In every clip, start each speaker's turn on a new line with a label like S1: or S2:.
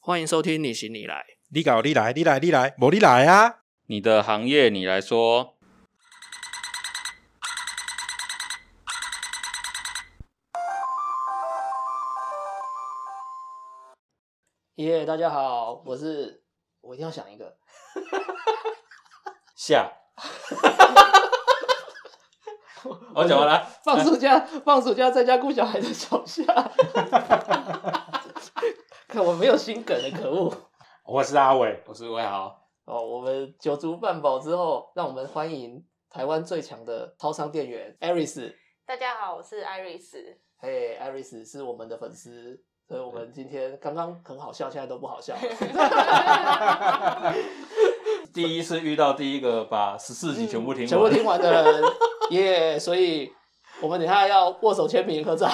S1: 欢迎收听你行你来，
S2: 你搞你来，你来你来，我你来啊！
S3: 你的行业你来说，
S1: 耶、大家好，我是我一定要想一个，
S3: 下。我讲完了，
S1: 放暑假放暑假在家顾小孩的小夏， 看我没有心梗的，可恶！
S2: 我是阿伟，
S3: 我是魏豪。
S1: 哦，我们酒足饭饱之后，让我们欢迎台湾最强的超商店员 Iris。
S4: 大家好，我是艾瑞斯。
S1: 嘿、艾 i r i s 是我们的粉丝，所以我们今天刚刚很好笑，现在都不好笑了。
S3: 第一次遇到第一个把十四 集全部听
S1: 全部
S3: 完，
S1: 听完的人，耶！所以我们等一下要握手签名合照，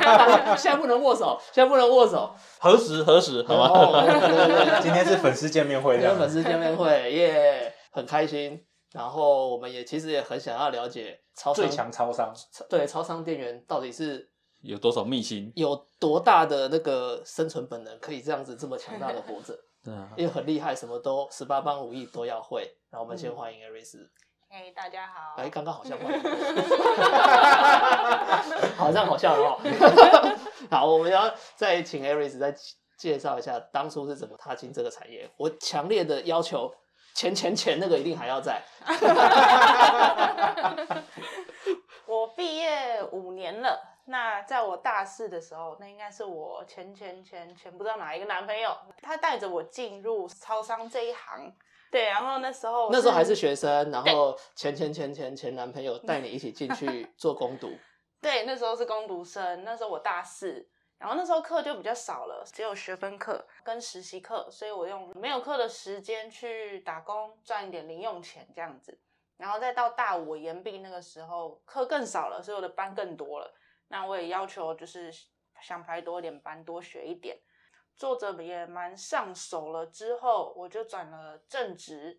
S1: 现在不能握手，现在不能握手，
S3: 何时何时好吗？
S1: 哦对对 对 对
S2: 今天是粉丝见面会，这
S1: 跟
S2: 样
S1: 粉丝见面会，耶，很开心。然后我们也其实也很想要了解超商
S2: 最强超商，
S1: 对超商店员到底是
S3: 有多少秘辛？
S1: 有多大的那个生存本能，可以这样子这么强大的活着，
S3: 对啊，
S1: 因为很厉害，什么都十八般武艺都要会。然后我们先
S4: 嗯
S1: 欢迎艾瑞斯，
S4: 嘿、大家好。
S1: 哎，刚刚好像欢迎过， 好像好像 哦。好，我们要再请艾瑞斯再介绍一下当初是怎么踏进这个产业。我强烈的要求，钱钱钱那个一定还要在。
S4: 我毕业五年了。那在我大四的时候，那应该是我前前前前不知道哪一个男朋友，他带着我进入超商这一行。对，然后那时候
S1: 那时候还是学生，然后前前前前前男朋友带你一起进去做攻 读，
S4: 对，那时候是攻读生，那时候我大四，然后那时候课就比较少了，只有学分课跟实习课，所以我用没有课的时间去打工赚一点零用钱这样子。然后再到大五我延毕那个时候，课更少了，所以我的班更多了。那我也要求就是想排多一点班，多学一点。做着也蛮上手了，之后我就转了正职，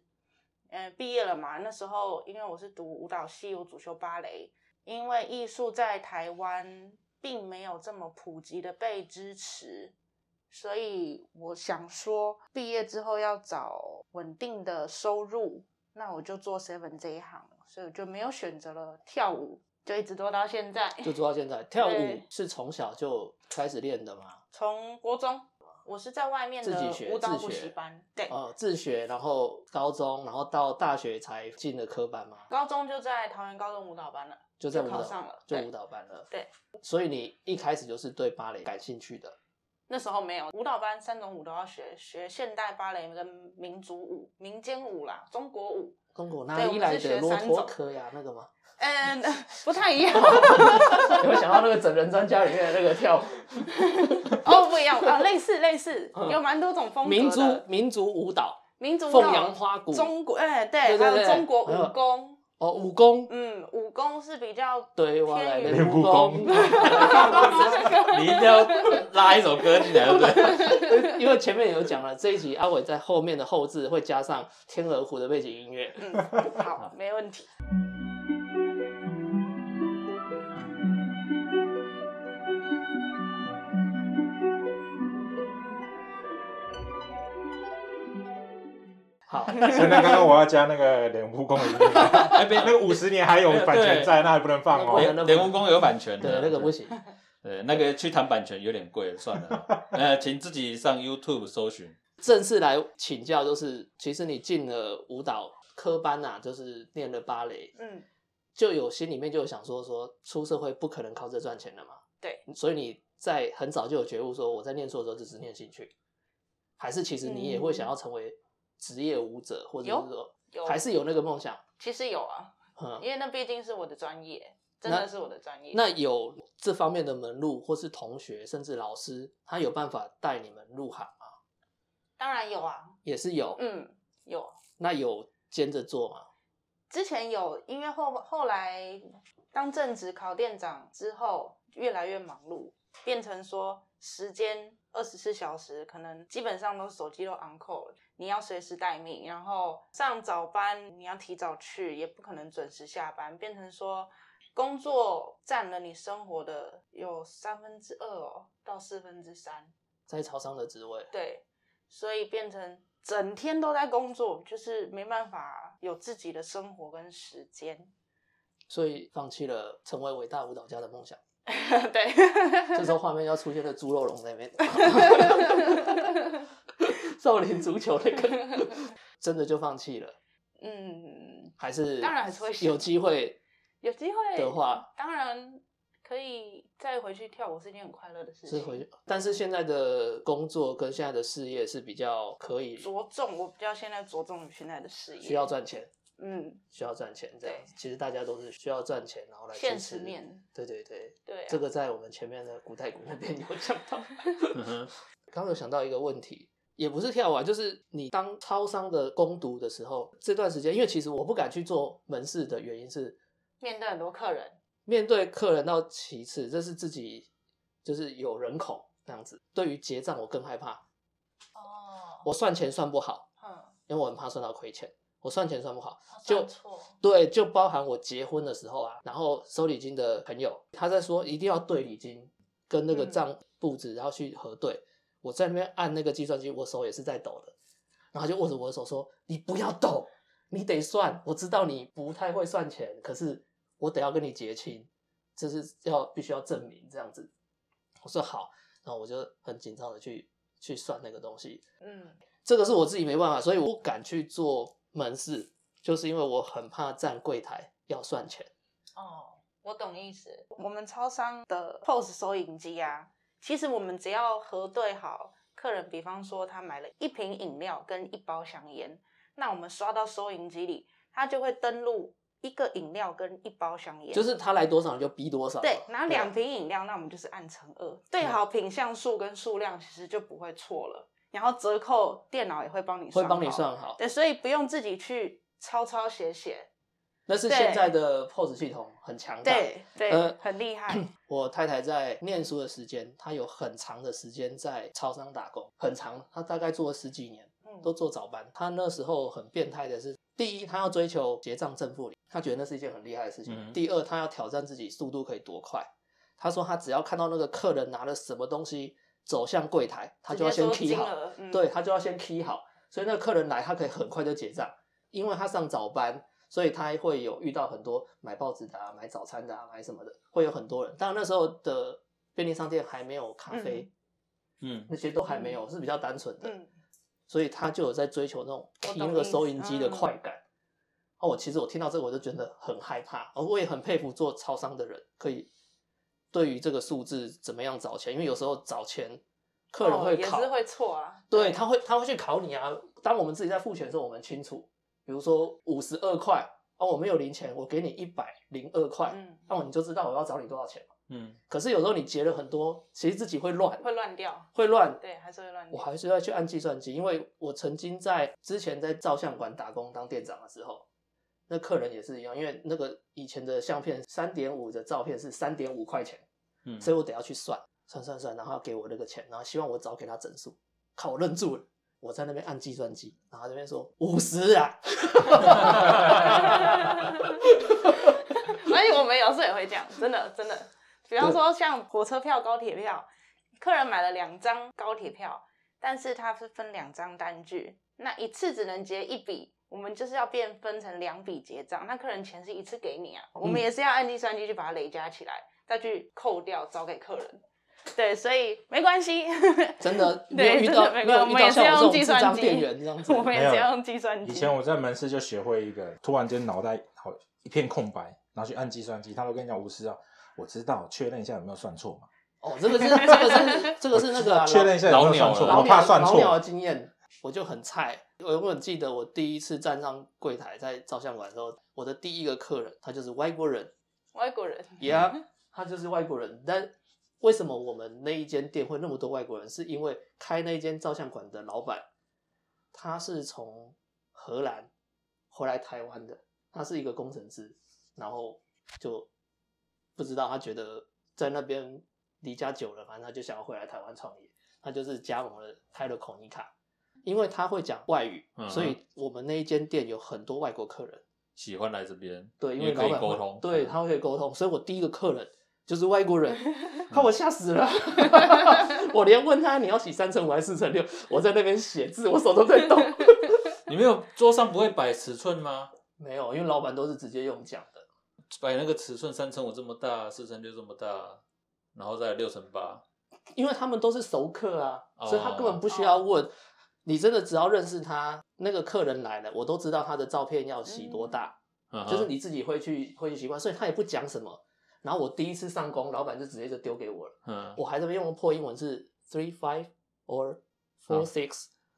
S4: 嗯、毕业了嘛。那时候因为我是读舞蹈系，我主修芭蕾，因为艺术在台湾并没有这么普及的被支持，所以我想说，毕业之后要找稳定的收入，那我就做 seven 这一行，所以我就没有选择了跳舞，就一直做到现在。
S1: 就做到现在。跳舞
S4: 对
S1: 是从小就开始练的嘛，
S4: 从国中，我是在外面
S1: 自己
S4: 的
S1: 学
S4: 舞蹈
S1: 自
S4: 补
S1: 学
S4: 习班，对，
S1: 呃，自学，然后高中，然后到大学才进的科班嘛，
S4: 高中就在桃园高中舞蹈班了。
S1: 就在
S4: 就
S1: 舞
S4: 考
S1: 蹈
S4: 上了
S1: 就
S4: 对
S1: 舞蹈班了。
S4: 对，
S1: 所以你一开始就是对芭蕾感兴趣的。
S4: 那时候没有舞蹈班，三种舞都要学，学现代芭蕾跟民族舞、民间舞啦，中国舞。
S1: 中国哪
S4: 对我
S1: 里
S4: 们
S1: 来
S4: 是
S1: 的
S4: 学
S1: 骆
S4: 三
S1: 驼
S4: 种
S1: 科呀？那个 吗？
S4: 嗯，不太一样哦
S1: 有没有想到那个整人专家里面的那个 跳舞？
S4: 哦，不一样啊，类似类似
S1: 嗯，
S4: 有蛮多种风格的。
S1: 民族民族舞蹈，
S4: 民族舞蹈
S1: 凤阳花鼓，
S4: 中国，哎、
S1: 对
S4: 对，
S1: 对
S4: 还
S1: 对
S4: 有中国
S1: 还有
S4: 武功，
S1: 哦，武功，
S4: 嗯，武功是比较
S1: 对，我来
S4: 偏
S1: 的
S4: 于
S2: 武功
S3: 你一定要拉一首歌进来，对不对？
S1: 因为前面有讲了，这一集阿伟在后面的后置会加上天鹅湖的背景音乐。
S4: 嗯，好， 没问题。
S1: 好，
S2: 所以那刚刚我要加那个脸蜈蚣的音乐，
S3: 哎，别
S2: 那个五十年还有版权在，那还不能放
S1: 不
S2: 哦。
S1: 能
S3: 连连蜈蚣有版权
S1: 对
S3: 的，，
S1: 那个不 行。
S3: 对，那个去谈版权有点贵，算了。呃，请自己上 YouTube 搜寻。
S1: 正式来请教，就是其实你进了舞蹈科班呐、就是练了芭蕾，
S4: 嗯，
S1: 就有心里面就有想说，说出社会不可能靠这赚钱的嘛。
S4: 对，
S1: 所以你在很早就有觉悟，说我在念书的时候就只念兴趣，还是其实你也会想要成为职业舞者，或者
S4: 嗯有
S1: 是说
S4: 有，
S1: 还是有那个梦想。
S4: 其实有啊，
S1: 嗯，
S4: 因为那毕竟是我的专业，真
S1: 那
S4: 的是我的专业。
S1: 那有这方面的门路，或是同学，甚至老师，他有办法带你们入行吗？
S4: 当然有啊，
S1: 也是有，
S4: 嗯，有。
S1: 那有兼着做吗？
S4: 之前有，因为后后来当正职考店长之后，越来越忙碌，变成说时间二十四小时，可能基本上都手机都 on call 了，你要随时待命，然后上早班你要提早去，也不可能准时下班，变成说工作占了你生活的有三分之二哦到四分之三，
S1: 在超商的职位，
S4: 对，所以变成整天都在工作，就是没办法有自己的生活跟时间。
S1: 所以放弃了成为伟大舞蹈家的梦想。
S4: 对，
S1: 这时候画面要出现了猪肉龙在那边， 少林足球那个，真的就放弃了，
S4: 嗯，
S1: 还是
S4: 当然还是会想
S1: 有机会
S4: 有机会
S1: 的话，
S4: 当然可以再回去跳舞是一件很快乐的事
S1: 是
S4: 情。
S1: 回去。但是现在的工作跟现在的事业是比较可以
S4: 着重，我比较现在着重于现在的事业，
S1: 需要赚钱，
S4: 嗯
S1: 需要赚钱这样
S4: 对。
S1: 其实大家都是需要赚钱，然后来
S4: 现
S1: 支持
S4: 实。面
S1: 对对对，
S4: 对、啊，
S1: 这个在我们前面的古代古那边 有讲 到。
S3: 嗯哼
S1: 刚刚有想到一个问题，也不是跳啊，就是你当超商的攻读的时候，这段时间，因为其实我不敢去做门市的原因是，
S4: 面对很多客人，
S1: 面对客人到其次，这是自己就是有人口这样子。对于结账，我更害怕，
S4: 哦，
S1: 我算钱算不好，
S4: 嗯，
S1: 因为我很怕算到亏钱，我算钱算不好。
S4: 他
S1: 就
S4: 算错，
S1: 对，就包含我结婚的时候啊，然后收礼金的朋友他在说一定要对礼金跟那个
S4: 嗯
S1: 账簿子，然后去核对。我在那边按那个计算机，我手也是在抖的，然后他就握着我的手说：“你不要抖，你得算。我知道你不太会算钱，可是我得要跟你结清，这是要必须要证明这样子。”我说好，然后我就很紧张的去去算那个东西，
S4: 嗯，
S1: 这个是我自己没办法，所以我不敢去做门市，就是因为我很怕站柜台要算钱。
S4: 哦，我懂意思。我们超商的 POS 收银机啊，其实我们只要核对好客人，比方说他买了一瓶饮料跟一包香烟，那我们刷到收银机里，它就会登录一个饮料跟一包香烟，
S1: 就是他来多少你就逼多少嘛。
S4: 对，拿两
S1: 对
S4: 瓶饮料，那我们就是按乘二，对好品项数跟数量，其实就不会错了。然后折扣，电脑也会帮你
S1: 会
S4: 算，
S1: 帮你。算好。
S4: 对，所以不用自己去抄抄写写。
S1: 那是
S4: 对
S1: 现在的 POS 系统很强大。
S4: 对对，
S1: 呃
S4: 很厉害。
S1: 我太太在念书的时间，她有很长的时间在超商打工，很长，她大概做了十几年，
S4: 嗯，
S1: 都做早班。她那时候很变态的是，第一，她要追求结账正负零，她觉得那是一件很厉害的事情；
S3: 嗯
S1: 第二，她要挑战自己速度可以多快。她说，她只要看到那个客人拿了什么东西走向柜台，她
S4: 直
S1: 就要
S4: 接
S1: 先
S4: 说
S1: key
S4: 金
S1: 好，
S4: 额，嗯
S1: 对，他就要先 key 好，所以那个客人来，他可以很快就结账，因为他上早班，所以他会有遇到很多买报纸的、啊、买早餐的、啊、买什么的，会有很多人。当然那时候的便利商店还没有咖啡，
S3: 嗯，
S1: 那些都还没有，是比较单纯的，
S4: 嗯，
S1: 所以他就有在追求那种
S4: 我
S1: key
S4: 懂
S1: 那个
S4: 意思
S1: 收银机的
S4: 嗯
S1: 快感。哦，我其实我听到这个我就觉得很害怕，而我也很佩服做超商的人可以对于这个数字怎么样找钱，因为有时候找钱客人
S4: 哦
S1: 会
S4: 也
S1: 考，
S4: 是会错啊。
S1: 对，他会他会去考你啊。当我们自己在付钱的时候，我们清楚，比如说五十二块，哦，我没有零钱，我给你一百零二块，
S4: 嗯，
S1: 那、我你就知道我要找你多少钱嘛。
S3: 嗯，
S1: 可是有时候你结了很多，其实自己会乱，
S4: 会乱掉，
S1: 会乱。
S4: 对，还是会乱
S1: 我
S4: 掉。
S1: 还是要去按计算机，因为我曾经在之前在照相馆打工当店长的时候，那客人也是一样，因为那个以前的相片三点五的照片是三点五块钱，
S3: 嗯
S1: 所以我得要去算算算算，然后要给我那个钱，然后希望我早给他整数。靠，我愣住了，我在那边按计算机，然后那边说五十啊，
S4: 所以我们有时候也会这样，真的真的。比方说像火车票、高铁票，客人买了两张高铁票，但是他是分两张单据，那一次只能结一笔，我们就是要变分成两笔结账。那客人钱是一次给你啊，我
S2: 嗯
S4: 们也是要按计算机去把它累加起来，再去扣掉找给客人。对，所所以没关系，
S1: 真的没有
S4: 对
S1: 遇
S4: 真
S1: 到
S4: 的
S1: 没
S4: 没
S1: 有
S4: 关系
S1: 遇到像我这种智
S4: 我
S1: 障
S4: 们也是要用计算机
S1: 店员这样子，
S4: 我们也是要用计算
S2: 以
S4: 机。
S2: 前我在门市就学会一个，突然间脑袋好一片空白，然后去按计算机，他都跟你讲五十啊，我知道，确认一下有没有算错嘛，
S1: 哦，这个是这个是这个是那个 啊
S2: 确认一下有没有算错，
S3: 老
S1: 老
S2: 我
S1: 鸟
S2: 怕算
S1: 老鸟的
S2: 错。
S1: 经验，我就很菜。我永远记得我第一次站上柜台在照相馆的时候，我的第一个客人他就是外国人，
S4: 外国人，
S1: 呀、他就是外国人。但为什么我们那一间店会那么多外国人？是因为开那一间照相馆的老板，他是从荷兰回来台湾的，他是一个工程师，然后就不知道他觉得在那边离家久了，反正他就想要回来台湾创业，他就是加盟了开了孔尼卡。因为他会讲外语，
S3: 嗯
S1: 所以我们那一间店有很多外国客人。
S3: 喜欢来这边，
S1: 对，因
S3: 为
S1: 为
S3: 可
S1: 老
S3: 以
S1: 板
S3: 沟
S1: 会
S3: 通，
S1: 对
S3: 嗯
S1: 他会沟通，所以我第一个客人就是外国人，看我吓死了，我连问他你要洗三层五还是四层六，我在那边写字，我手都在动。
S3: 你没有桌上不会摆尺寸吗？
S1: 没有，因为老板都是直接用讲的。
S3: 摆哎那个尺寸三乘五这么大，四乘六这么大，然后再六乘八。
S1: 因为他们都是熟客啊，
S3: 哦
S1: 所以他根本不需要问。你真的只要认识他，那个客人来了，我都知道他的照片要洗多大，
S3: 嗯哼
S1: 就是你自己会去会去习惯，所以他也不讲什么。然后我第一次上工，老板就直接就丢给我了，
S3: 嗯
S1: 我还在那边用破英文是 three five or
S3: 嗯
S1: four six，、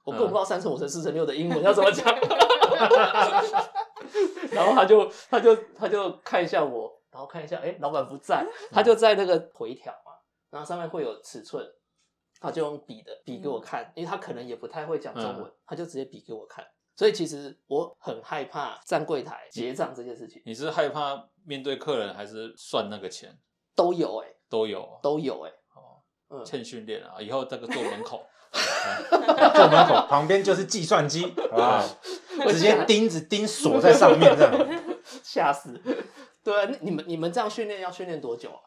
S1: 我根本不知道三乘五乘四乘六的英文要怎么 讲。 然后他就他就他就看一下我，然后看一下，哎，老板不在，他就在那个回条嘛，然后上面会有尺寸，他就用比的比给我看，因为他可能也不太会讲中文，他就直接比给我看。所以其实我很害怕站柜台结账这件事情，
S3: 你是害怕面对客人，还是算那个钱
S1: 都有哎、
S3: 都有
S1: 都有哎、
S3: 哦？
S1: 嗯，
S3: 欠训练啊，以后这个坐门口。哎
S2: 坐门口旁边就是计算机，好不好？直接钉子钉锁在上面这样。
S1: 吓死。对啊，那你们你们这样训练要训练多久啊？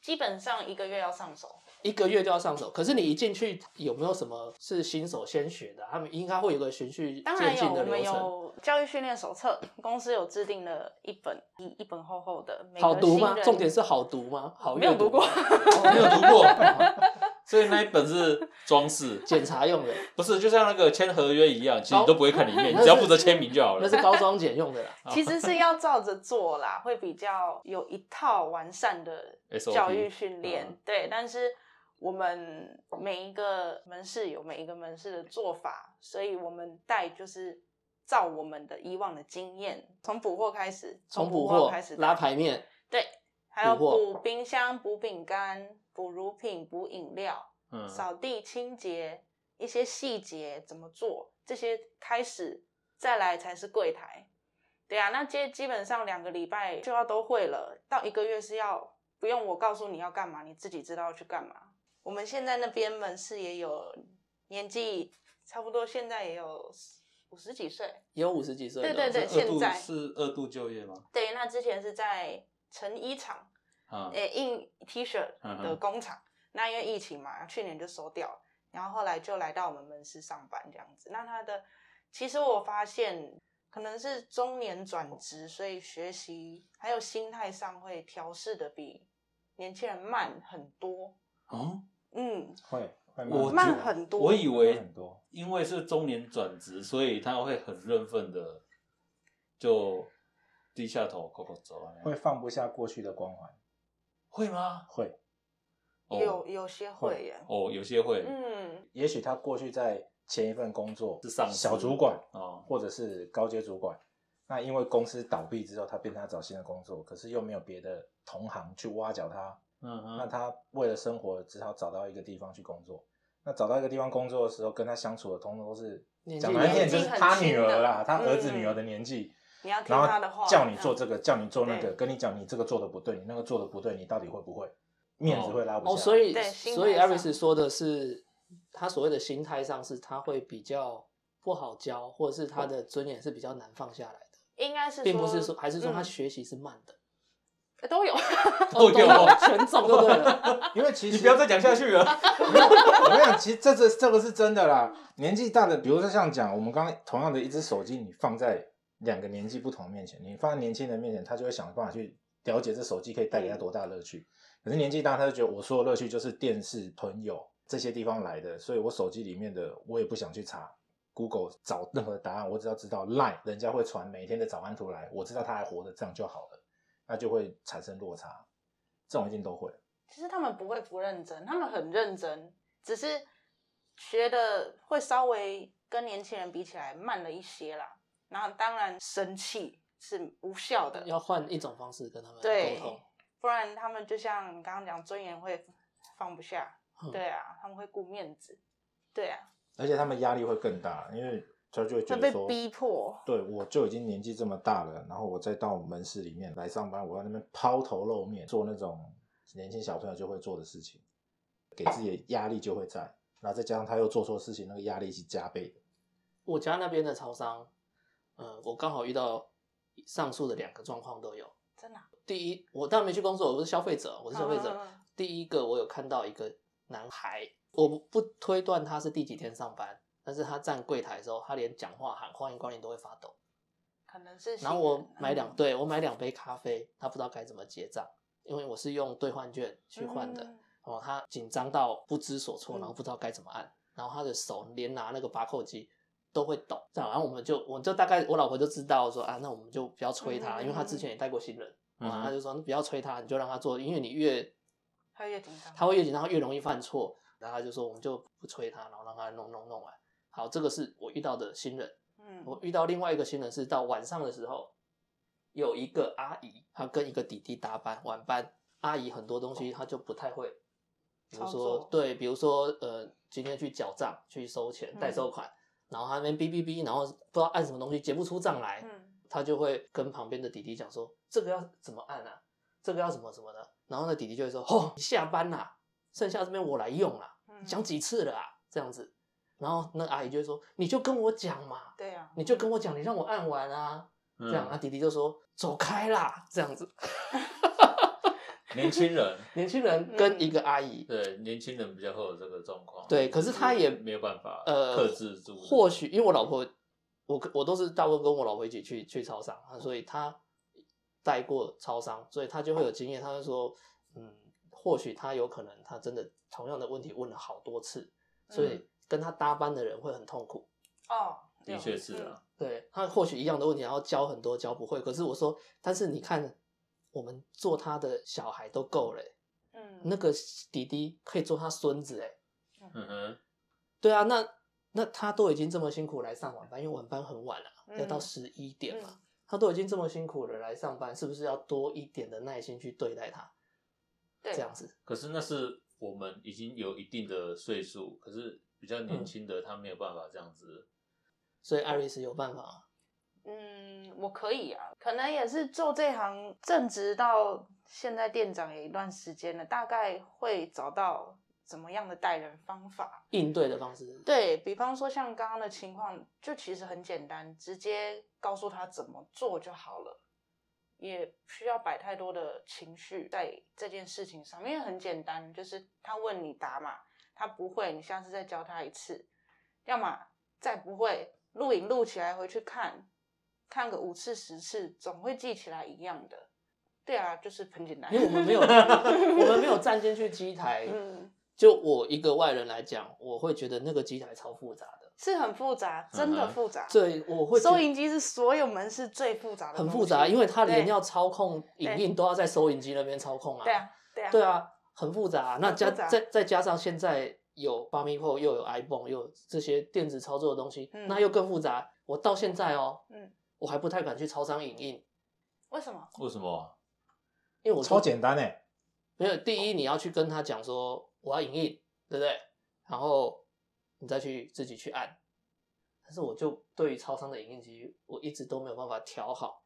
S4: 基本上一个月要上手。
S1: 一个月就要上手，可是你一进去有没有什么是新手先学的啊？他们应该会有个循序
S4: 当
S1: 渐
S4: 然有，
S1: 进
S4: 我
S1: 的
S4: 们
S1: 流程。
S4: 有教育训练手册，公司有制定了一本一一本厚厚的，每个
S1: 好读吗
S4: 新？人
S1: 重点是好读吗？好
S4: 没有
S1: 阅
S4: 读
S1: 读
S4: 过
S1: 吗，
S3: 没有读过， 所以那一本是装饰，
S1: 检查用 的，
S3: 不是就像那个签合约一样，其实你都不会看里面，
S1: 那是
S3: 你只要负责签名就好
S1: 那
S3: 了。
S1: 是高中检用 的啦。
S4: 其实是要照着做啦，会比较有一套完善的
S3: SOP
S4: 教育训练。
S3: 嗯
S4: 对，但是我们每一个门市有每一个门市的做法，所以我们带就是照我们的以往的经验，从补货开始，
S1: 从
S4: 补
S1: 补货
S4: 开始带
S1: 拉牌面，
S4: 对，还有
S1: 补货
S4: 补冰箱、补饼干、补乳品、补饮料。
S3: 嗯，
S4: 扫地、清洁一些细节怎么做，这些开始再来才是柜台。对啊，那基基本上两个礼拜就要都会了，到一个月是要不用我告诉你要干嘛，你自己知道要去干嘛。我们现在那边门市也有年纪差不多，现在也有五十几岁。
S1: 也有五十几岁的哦，
S4: 对对对
S3: 是二度
S4: 现在
S3: 是二度就业吗？
S4: 对，那之前是在成衣厂
S3: 啊，
S4: 诶、呃印 T 恤
S3: 嗯
S4: 的
S3: 哼
S4: 工厂。那因为疫情嘛，去年就收掉了，然后后来就来到我们门市上班这样子。那他的其实我发现，可能是中年转职，所以学习还有心态上会调试的比年轻人慢很多。
S3: 哦，
S4: 嗯，
S2: 会，会
S3: 我
S2: 慢
S4: 慢
S2: 很多
S4: 很多。嗯
S3: 我以
S2: 慢
S3: 为
S2: 很多。
S3: 因为是中年转职，所以他会很认份的就低下头，扣扣走啊。
S2: 会放不下过去的光环，
S3: 会吗？
S2: 会。
S3: 哦
S4: 有有些会耶，
S3: 哦，有些会
S4: 嗯，
S2: 也许他过去在前一份工作
S3: 是上司
S2: 小主管
S3: 哦，
S2: 或者是高阶主管，那因为公司倒闭之后，他变他找新的工作，可是又没有别的同行去挖角他，
S3: 嗯
S2: 那
S3: 哼，
S2: 他为了生活只好找到一个地方去工作。那找到一个地方工作的时候，跟他相处的通通都是
S1: 年纪
S2: 讲难听点，
S1: 年
S2: 就
S1: 纪
S2: 是
S4: 很
S2: 他
S4: 轻
S2: 女
S4: 的
S2: 儿啦，他儿子
S4: 嗯
S2: 女儿的年纪，
S4: 你要听
S2: 然
S4: 他的话
S2: 后，叫你做这个，叫你做那
S4: 对
S2: 个，跟你讲你这个做的不对，你那个做的不对，你到底会不会？面子会拉不下。
S1: 哦，所以
S4: 对心态
S1: 所以
S4: 上
S1: Iris 说的是，他所谓的心态上是他会比较不好教，或者是他的尊严是比较难放下来的，
S4: 应该是
S1: 并不是说还是说
S4: 嗯
S1: 他学习是慢 的，
S4: 都有。
S3: 都有
S1: 哦全中就对 了。
S2: 因为其实
S3: 你不要再讲下去了。
S2: 我跟你讲，其实这这这个是真的啦。年纪大的，比如说像讲，我们刚刚同样的一只手机，你放在两个年纪不同面前，你放在年轻人面前，他就会想办法去了解这手机可以带给他多大的乐趣。可是年纪大，他就觉得我所有乐趣就是电视、朋友这些地方来的，所以我手机里面的我也不想去查 Google 找任何答案，我只要知道 Line 人家会传每天的早安图来，我知道他还活着，这样就好了，那就会产生落差。这种一定都会。
S4: 其实他们不会不认真，他们很认真，只是学的会稍微跟年轻人比起来慢了一些啦。然后当然生气是无效的，
S1: 要换一种方式跟他们
S4: 对
S1: 沟通。
S4: 不然他们就像你刚刚讲，尊严会放不下。
S1: 嗯
S4: 对啊，他们会顾面子，对啊，
S2: 而且他们压力会更大，因为他就会觉得
S4: 会被
S2: 说，
S4: 逼迫。
S2: 对我就已经年纪这么大了，然后我再到门市里面来上班，我要那边抛头露面做那种年轻小朋友就会做的事情，给自己的压力就会在，然后再加上他又做错事情，那个压力是加倍的。
S1: 我家那边的超商，呃，我刚好遇到上述的两个状况都有。
S4: 真的啊、
S1: 第一，我当然没去工作，我是消费者，我是消费者。
S4: 嗯嗯嗯
S1: 第一个，我有看到一个男孩，我不不推断他是第几天上班，但是他站柜台的时候，他连讲话喊“欢迎光临”都会发抖。
S4: 可能是新人。
S1: 然后我买两，
S4: 嗯
S1: 对我买两杯咖啡，他不知道该怎么结账，因为我是用兑换券去换的。
S4: 嗯
S1: 哦，他紧张到不知所措，
S4: 嗯
S1: 然后不知道该怎么按，然后他的手连拿那个拔扣机都会抖，这样，然后我们就我就大概我老婆就知道说啊，那我们就不要催他，
S4: 嗯
S1: 因为他之前也带过新人，
S2: 嗯
S1: 啊，他就说你不要催他，你就让他做，因为你越
S4: 他越紧张，
S1: 他会越紧张，他越容易犯错，然后他就说我们就不催他，然后让他弄弄弄完。好，这个是我遇到的新人，
S4: 嗯，
S1: 我遇到另外一个新人是到晚上的时候，有一个阿姨，她跟一个弟弟搭班晚班，阿姨很多东西她就不太会，比如
S4: 操
S1: 说
S4: 作
S1: 对，比如说呃，今天去缴账、去收钱、
S4: 嗯
S1: 代收款，然后她那边哔哔哔，然后不知道按什么东西结不出账来，
S4: 嗯，
S1: 他就会跟旁边的弟弟讲说：“这个要怎么按啊？这个要什么什么的。”然后那弟弟就会说：“哦，你下班啦、剩下这边我来用啦、
S4: 嗯
S1: 讲几次了啊？这样子。”然后那阿姨就会说：“你就跟我讲嘛，
S4: 对啊，
S1: 你就跟我讲，你让我按完啊。” 这样，那、
S3: 嗯
S1: 弟弟就说：“走开啦！”这样子，
S3: 年轻人，
S1: 年轻人跟一个阿姨，
S3: 对年轻人比较会有这个状况。
S1: 对可是他也
S3: 没有办法
S1: 呃
S3: 克制住。
S1: 或许因为我老婆，我我都是大部分跟我老婆一起去去超商，啊所以她带过超商，所以她就会有经验。她就说，嗯，或许她有可能她真的同样的问题问了好多次，所以跟她搭班的人会很痛苦。
S4: 哦，
S3: 的确是啊，
S1: 对她或许一样的问题，然后教很多教不会。可是我说，但是你看，我们做他的小孩都够了欸、
S4: 嗯，嗯，
S1: 那个弟弟可以做他孙子哎、
S3: 嗯哼，
S1: 对啊，那那他都已经这么辛苦来上晚班，因为晚班很晚了、
S4: 嗯
S1: 要到十一点嘛。他都已经这么辛苦了来上班，是不是要多一点的耐心去对待他？
S4: 对
S1: 这样子，
S3: 可是那是我们已经有一定的岁数，可是比较
S1: 嗯
S3: 年轻的他没有办法这样子。
S1: 所以艾瑞斯有办法吗。
S4: 嗯，我可以啊，可能也是做这行正职到现在店长也一段时间了，大概会找到怎么样的待人方法。
S1: 应对的方式，
S4: 对比方说像刚刚的情况，就其实很简单，直接告诉他怎么做就好了，也不需要摆太多的情绪在这件事情上，因为很简单，就是他问你答嘛，他不会，你下次再教他一次，要么再不会录影录起来回去看，看个五次十次，总会记起来一样的。对啊，就是很简单，
S1: 因为我们 没有，我们没有站进去机台。
S4: 嗯，
S1: 就我一个外人来讲，我会觉得那个机台超复杂的。
S4: 是很复杂，真的
S3: 嗯哼
S4: 复杂。
S1: 对，我会觉得
S4: 收银机是所有门市最复杂的东
S1: 很
S4: 西，
S1: 复杂，因为他连
S4: 对
S1: 要操控影
S4: 对
S1: 印都要在收银机那边操控
S4: 对啊，对啊，
S1: 对啊，很复杂、那加
S4: 复杂
S1: 再再加上现在有 b a m i p o 又有 iPhone，又有这些电子操作的东西，
S4: 嗯
S1: 那又更复杂。我到现在哦，
S4: 嗯，
S1: 我还不太敢去超商影印，
S4: 为什么？
S3: 为什么？啊
S1: 因为我
S2: 超简单哎、
S1: 没有第一，你要去跟他讲说我要影印，对不对？然后你再去自己去按。但是我就对于超商的影印机，我一直都没有办法调好。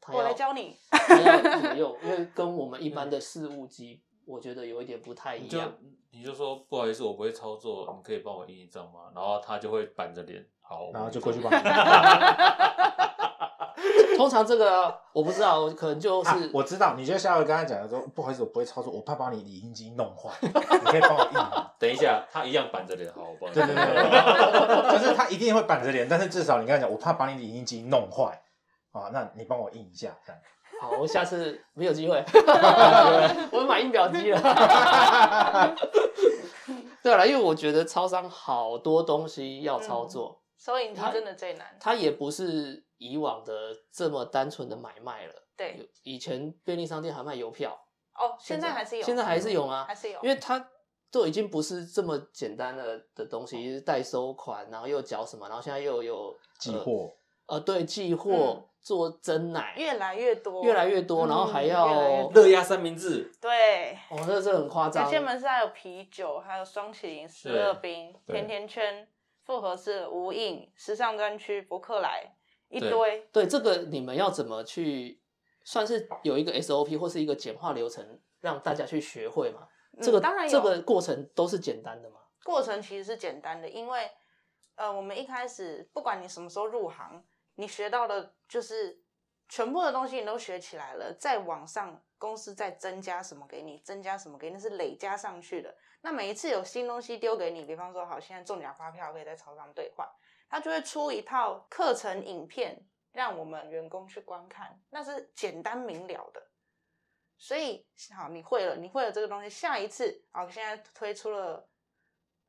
S1: 它
S4: 我来
S1: 要
S4: 教你。
S1: 它要怎么用？因为跟我们一般的事务机，我觉得有一点不太
S3: 嗯你
S1: 一
S3: 就
S1: 样。
S3: 你就说不好意思，我不会操作，你可以帮我印一张吗？然后他就会板着脸，好，我
S2: 然后就
S3: 印
S2: 过去 帮
S1: 通常这个我不知道，可能就是、
S2: 啊，我知道，你就下回跟他讲说，不好意思，我不会操作，我怕把你理音机弄坏，你可以帮我印吗？
S3: 等一下，他一样板着脸，好，我帮你。
S2: 对对对 对，就是他一定会板着脸，但是至少你跟他讲，我怕把你理音机弄坏啊，那你帮我印一下，这样
S1: 好，我下次没有机 会， 我买印表机 了。对啊了，因为我觉得超商好多东西要操作，
S4: 收银机
S1: 它
S4: 真的最难，
S1: 它也不是以往的这么单纯的买卖了。
S4: 对
S1: 以前便利商店还卖邮票，
S4: 哦，现在还是有，嗯
S1: 现在还是有吗？
S4: 还是有，
S1: 因为它都已经不是这么简单的的东
S4: 哦
S1: 西，就是代收款，然后又缴什么，然后现在又有
S2: 寄货。
S1: 呃呃对寄货、
S4: 嗯
S1: 做蒸奶，
S4: 越来越多，
S1: 越来越多，然后还要
S4: 嗯越来越多
S1: 哦，
S3: 热压三明治，
S4: 对。
S1: 那这很夸
S4: 有
S1: 张。
S4: 些门市还有啤酒，还有双麒麟、十二冰、
S2: 对
S4: 甜甜圈、复合式的无印、时尚专区、博客来，一堆。
S1: 对这个你们要怎么去，算是有一个 SOP 或是一个简化流程，让大家去学会嘛？
S4: 嗯
S1: 这个
S4: 当然有
S1: 这个过程都是简单的嘛？
S4: 过程其实是简单的，因为呃，我们一开始不管你什么时候入行，你学到的就是全部的东西你都学起来了，再往上公司再增加什么给你，增加什么给你，那是累加上去的。那每一次有新东西丢给你，比方说好，现在中奖发票可以在超商兑换，他就会出一套课程影片让我们员工去观看，那是简单明了的。所以好，你会了，你会了这个东西，下一次好，现在推出了，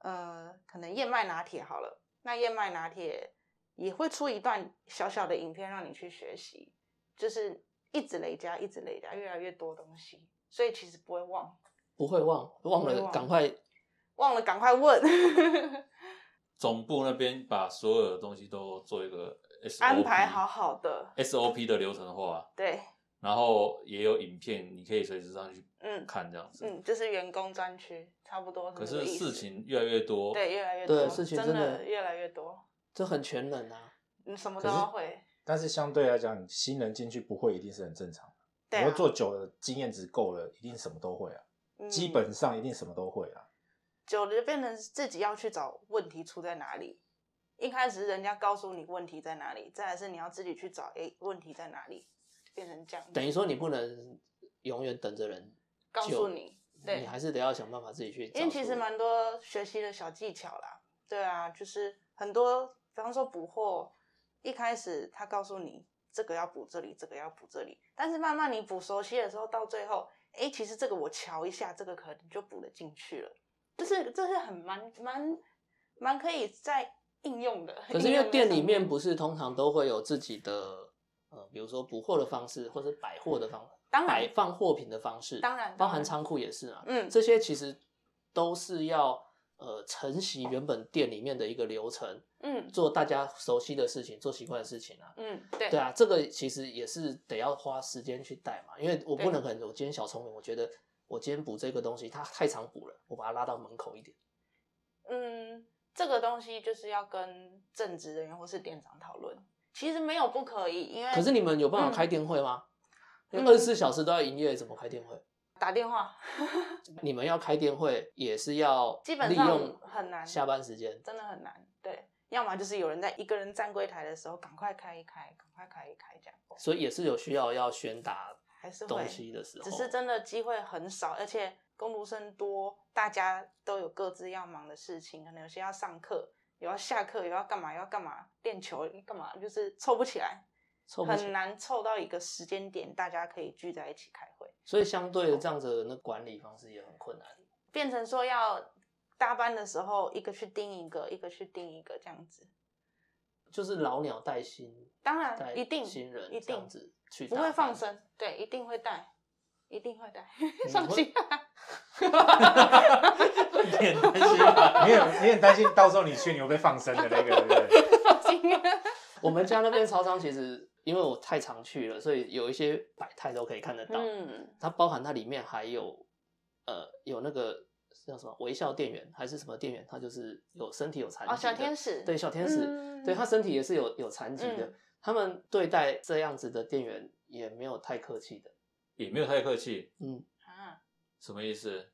S4: 呃，可能燕麦拿铁好了，那燕麦拿铁也会出一段小小的影片让你去学习，就是一直累加，一直累加，越来越多东西，所以其实不会忘，
S1: 不会忘，忘
S4: 不会
S1: 了
S4: 忘
S1: 赶快
S4: 忘了赶快问
S3: 总部那边把所有的东西都做一个 SOP,
S4: 安排好好的，
S3: SOP 的流程化，
S4: 对，
S3: 然后也有影片，你可以随时上去
S4: 嗯
S3: 看这样子。
S4: 嗯，就是员工专区，差不多
S3: 可
S4: 这个
S3: 是
S4: 意思
S3: 事情越来越多，
S4: 对越来越多，
S1: 对事情
S4: 真
S1: 真的
S4: 越来越多，
S1: 这很全能啊。
S4: 你什么都
S2: 可是
S4: 要会，
S2: 但是相对来讲，新人进去不会一定是很正常的。
S4: 对、
S2: 你
S4: 啊
S2: 要，做久了，经验值够了，一定什么都会啊，
S4: 嗯
S2: 基本上一定什么都会啊。
S4: 久了就变成自己要去找问题出在哪里。一开始是人家告诉你问题在哪里，再来是你要自己去找，诶，问题在哪里，变成这样子。
S1: 等于说你不能永远等着人，
S4: 告诉
S1: 就
S4: 你，对
S1: 你还是得要想办法自己去找出。
S4: 因为其实蛮多学习的小技巧啦，对啊，就是很多，比方说补货，一开始他告诉你这个要补这里，这个要补这里，但是慢慢你补熟悉的时候，到最后，哎，其实这个我瞧一下，这个可能就补得进去了，就是这是很蛮蛮蛮可以在应用的。
S1: 可是因
S4: 应用
S1: 为
S4: 在
S1: 店
S4: 上
S1: 里面
S4: 面
S1: 不是通常都会有自己的呃，比如说补货的方式，或者摆货的方
S4: 当然
S1: 摆放货品的方式，
S4: 当然
S1: 包
S4: 当
S1: 含
S4: 然
S1: 仓库也是啊。
S4: 嗯
S1: 这些其实都是要呃承袭原本店里面的一个流程，
S4: 嗯
S1: 做大家熟悉的事情，做习惯的事情啊。
S4: 嗯对
S1: 对啊，这个其实也是得要花时间去带嘛，因为我不
S4: 对
S1: 能可能我今天小聪明，我觉得我今天补这个东西，它太常补了，我把它拉到门口一点。
S4: 嗯，这个东西就是要跟正职人员或是店长讨论，其实没有不可以，因为
S1: 可是你们有办
S4: 嗯
S1: 法开店会吗？
S4: 嗯
S1: 二十四小时都要营业，怎么开店会？
S4: 打电话。
S1: 你们要开店会也是要
S4: 基本
S1: 利
S4: 上
S1: 用
S4: 很难
S1: 下班时间，
S4: 真的很难。对，要么就是有人在一个人站柜台的时候，赶快开一开，赶快开一开，这样
S1: 所以也是有需要要宣达
S4: 还是会
S1: 东，西哦的时候。
S4: 只是真的机会很少，而且工读生多，大家都有各自要忙的事情，可能有些要上课，有要下课，有要干嘛，有要干嘛，练球干嘛，就是凑不起来，
S1: 凑不
S4: 很
S1: 起，
S4: 难凑到一个时间点，大家可以聚在一起开会。
S1: 所以相对的
S4: 哦
S1: 这样子的那管理方式也很困难。
S4: 变成说要搭班的时候，一个去盯一个，一个去盯一个这样子。
S1: 就是老鸟带新，
S4: 当然
S1: 带
S4: 啊一定
S1: 新人
S4: 一
S1: 这样
S4: 定
S1: 子去
S4: 不
S1: 打
S4: 会
S1: 扮
S4: 放生，对，一定会带，一定会带
S1: 你
S4: 上
S1: 会
S4: 心。
S3: 你很担心吧
S2: 你很你很担心，到时候你去你会被放生的那个，对不对？
S1: 我们家那 边超商其实因为我太常去了，所以有一些百态都可以看得到。
S4: 嗯，
S1: 它包含它里面还有呃有那个叫什么微笑店员还是什么店员，他就是有身体有残疾
S4: 哦，小
S1: 的
S4: 天使，
S1: 对小天使，
S4: 嗯
S1: 对他身体也是有有残疾的。
S4: 嗯
S1: 他们对待这样子的店员也没有太客气的，
S3: 也没有太客气，
S1: 嗯，
S4: 啊，
S3: 什么意思？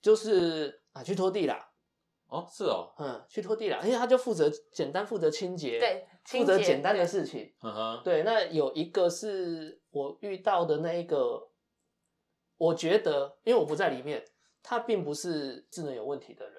S1: 就是啊去拖地啦，
S3: 哦，是哦，
S1: 嗯，去拖地啦，因为他就负责简单负责清洁，
S4: 对，
S1: 负
S4: 清
S1: 责
S4: 洁
S1: 简单的，事情，
S3: 嗯哼，
S1: 对，那有一个是我遇到的那一个，我觉得，因为我不在里面，他并不是智能有问题的人，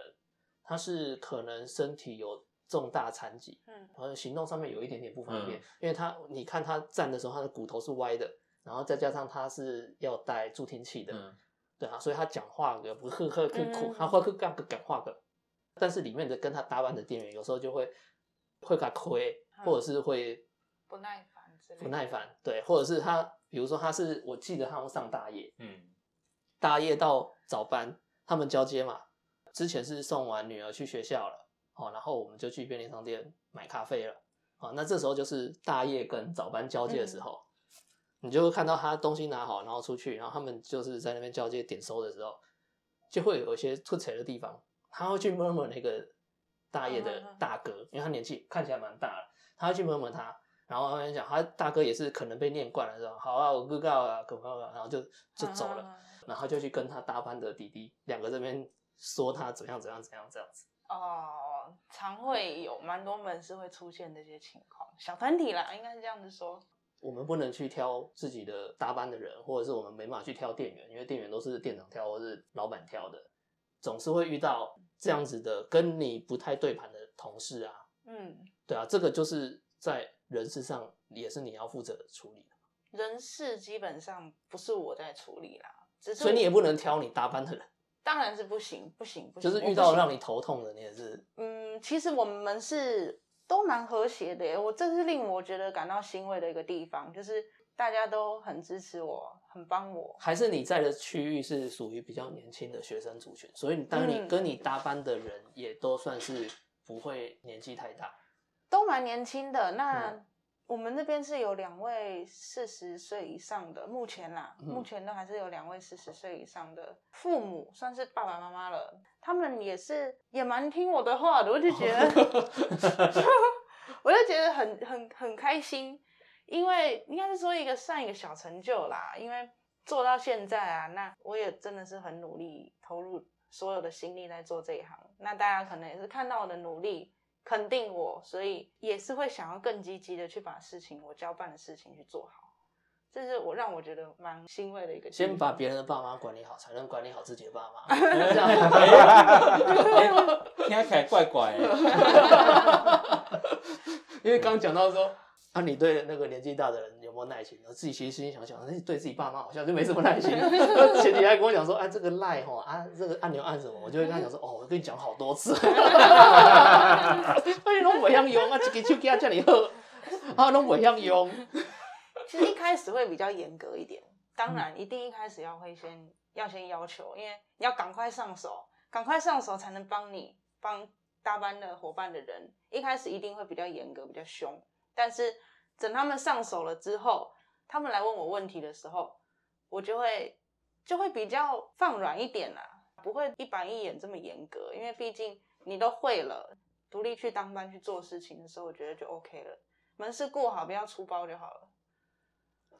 S1: 他是可能身体有重大残疾，
S4: 对嗯，
S1: 然后行动上面有一点点不方便，
S3: 嗯
S1: 因为他你看他站的时候，他的骨头是歪的，然后再加上他是要带助听器的，
S3: 嗯，
S1: 对啊，所以他讲话个不呵呵呵
S4: 嗯
S1: 苦，他会去干个讲话个，但是里面的跟他搭班的店员有时候就会会给他亏，或者是会。
S4: 不耐烦之类的，
S1: 不耐烦，对，或者是他，比如说他是，我记得他们上大夜，
S3: 嗯，
S1: 大夜到早班，他们交接嘛，之前是送完女儿去学校了，哦，然后我们就去便利商店买咖啡了，哦，那这时候就是大夜跟早班交接的
S4: 嗯
S1: 时候，你就会看到他东西拿好，然后出去，然后他们就是在那边交接点收的时候，就会有一些出彩的地方，他会去 murmur 那个大业的
S4: 嗯嗯嗯
S1: 大哥，因为他年纪看起来蛮大的，他会去 murmur 他，然后他跟你讲，他大哥也是可能被念惯了，说好啊，我哥哥啊，可不啊，然后就就走了，
S4: 啊
S1: 然后就去跟他搭班的弟弟两个这边说他怎样怎样怎样这样子。
S4: 哦，常会有蛮多门市会出现这些情况，小团体啦，应该是这样子说。
S1: 我们不能去挑自己的搭班的人，或者是我们没办法去挑店员，因为店员都是店长挑或是老板挑的，总是会遇到这样子的跟你不太对盘的同事啊，
S4: 嗯，
S1: 对啊，这个就是在人事上也是你要负责处理的，
S4: 人事基本上不是我在处理啦，只是
S1: 所以你也
S4: 我
S1: 不能挑你搭班的人，
S4: 当然是不行，不行，不
S1: 就
S4: 行，
S1: 是
S4: 我
S1: 遇
S4: 不
S1: 到
S4: 行
S1: 让你头痛的，你也是
S4: 嗯，其实我们是都蛮和谐的耶，我这是令我觉得感到欣慰的一个地方，就是大家都很支持我，很帮我。
S1: 还是你在的区域是属于比较年轻的学生族群，所以你当你
S4: 嗯
S1: 跟你搭班的人也都算是不会年纪太大，
S4: 都蛮年轻的。那、
S1: 嗯
S4: 我们这边是有两位四十岁以上的，目前啦，
S1: 嗯
S4: 目前都还是有两位四十岁以上的父母，算是爸爸妈妈了。他们也是也蛮听我的话的，我就觉 得， 我就觉得很很很开心，因为应该是说一个算一个小成就啦，因为。做到现在啊，那我也真的是很努力，投入所有的心力在做这一行。那大家可能也是看到我的努力，肯定我，所以也是会想要更积极的去把事情我交办的事情去做好。这是我让我觉得蛮欣慰的一个地方。
S1: 先把别人的爸妈管理好，才能管理好自己的爸妈，这样
S3: 哎听起来怪怪欸的。
S1: 因为刚讲到说，啊，你对那个年纪大的人有没有耐心？我自己其实心里想想，哎，对自己爸妈好像就没什么耐心。前几天还跟我讲说，啊，这个赖吼，啊，这个按钮按什么？我就会跟他讲说，哦，我跟你讲好多次， 啊，你拢不想用啊，一个手机啊叫你喝，啊，拢不想用。
S4: 其实一开始会比较严格一点，当然一定一开始要会先要先要求，因为你要赶快上手，赶快上手才能帮你帮搭班的伙伴的人，一开始一定会比较严格，比较凶。但是等他们上手了之后，他们来问我问题的时候，我就会就会比较放软一点啦、不会一板一眼这么严格，因为毕竟你都会了，独立去当班去做事情的时候，我觉得就 OK 了，门市顾好，不要出包就好了。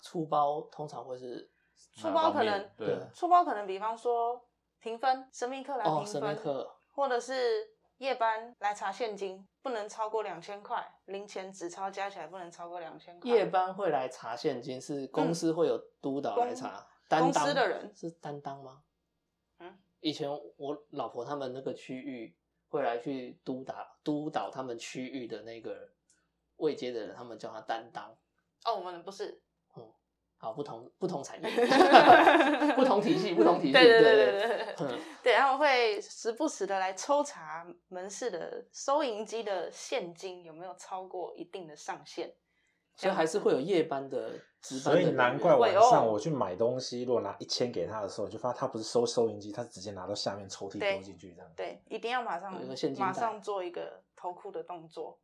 S1: 粗包通常会是
S4: 出包可能
S3: 啊哪方面对，
S4: 出包可能比方说评分，神秘客来
S1: 哦
S4: 评，
S1: 神
S4: 分，
S1: 秘客，
S4: 或者是夜班来查现金，不能超过两千块，零钱纸钞加起来不能超过两千块。
S1: 夜班会来查现金，是公司会有督导来查，担
S4: 嗯公
S1: 当
S4: 司的人
S1: 是担当吗？
S4: 嗯，
S1: 以前我老婆他们那个区域会来去督导督导他们区域的那个未接的人，他们叫他担当。
S4: 哦，我们不是，
S1: 好，不同不同产业， 不同体系，不同体系，
S4: 对对对
S1: 对
S4: 对对对
S1: 嗯，
S4: 对，他们会时不时的来抽查门市的收银机的现金有没有超过一定的上限。
S1: 所以还是会有夜班的值班
S2: 所
S1: 的人
S2: 以
S1: 员。
S2: 难怪
S4: 我
S2: 晚上我去买东西，如果拿一千给他的时候，就发现他不是收收银机，他是直接拿到下面抽屉
S4: 对
S2: 丢进去这样。
S4: 对，一定要马上
S1: 有一个现金
S4: 马
S1: 袋
S4: 上做一个投库的动作，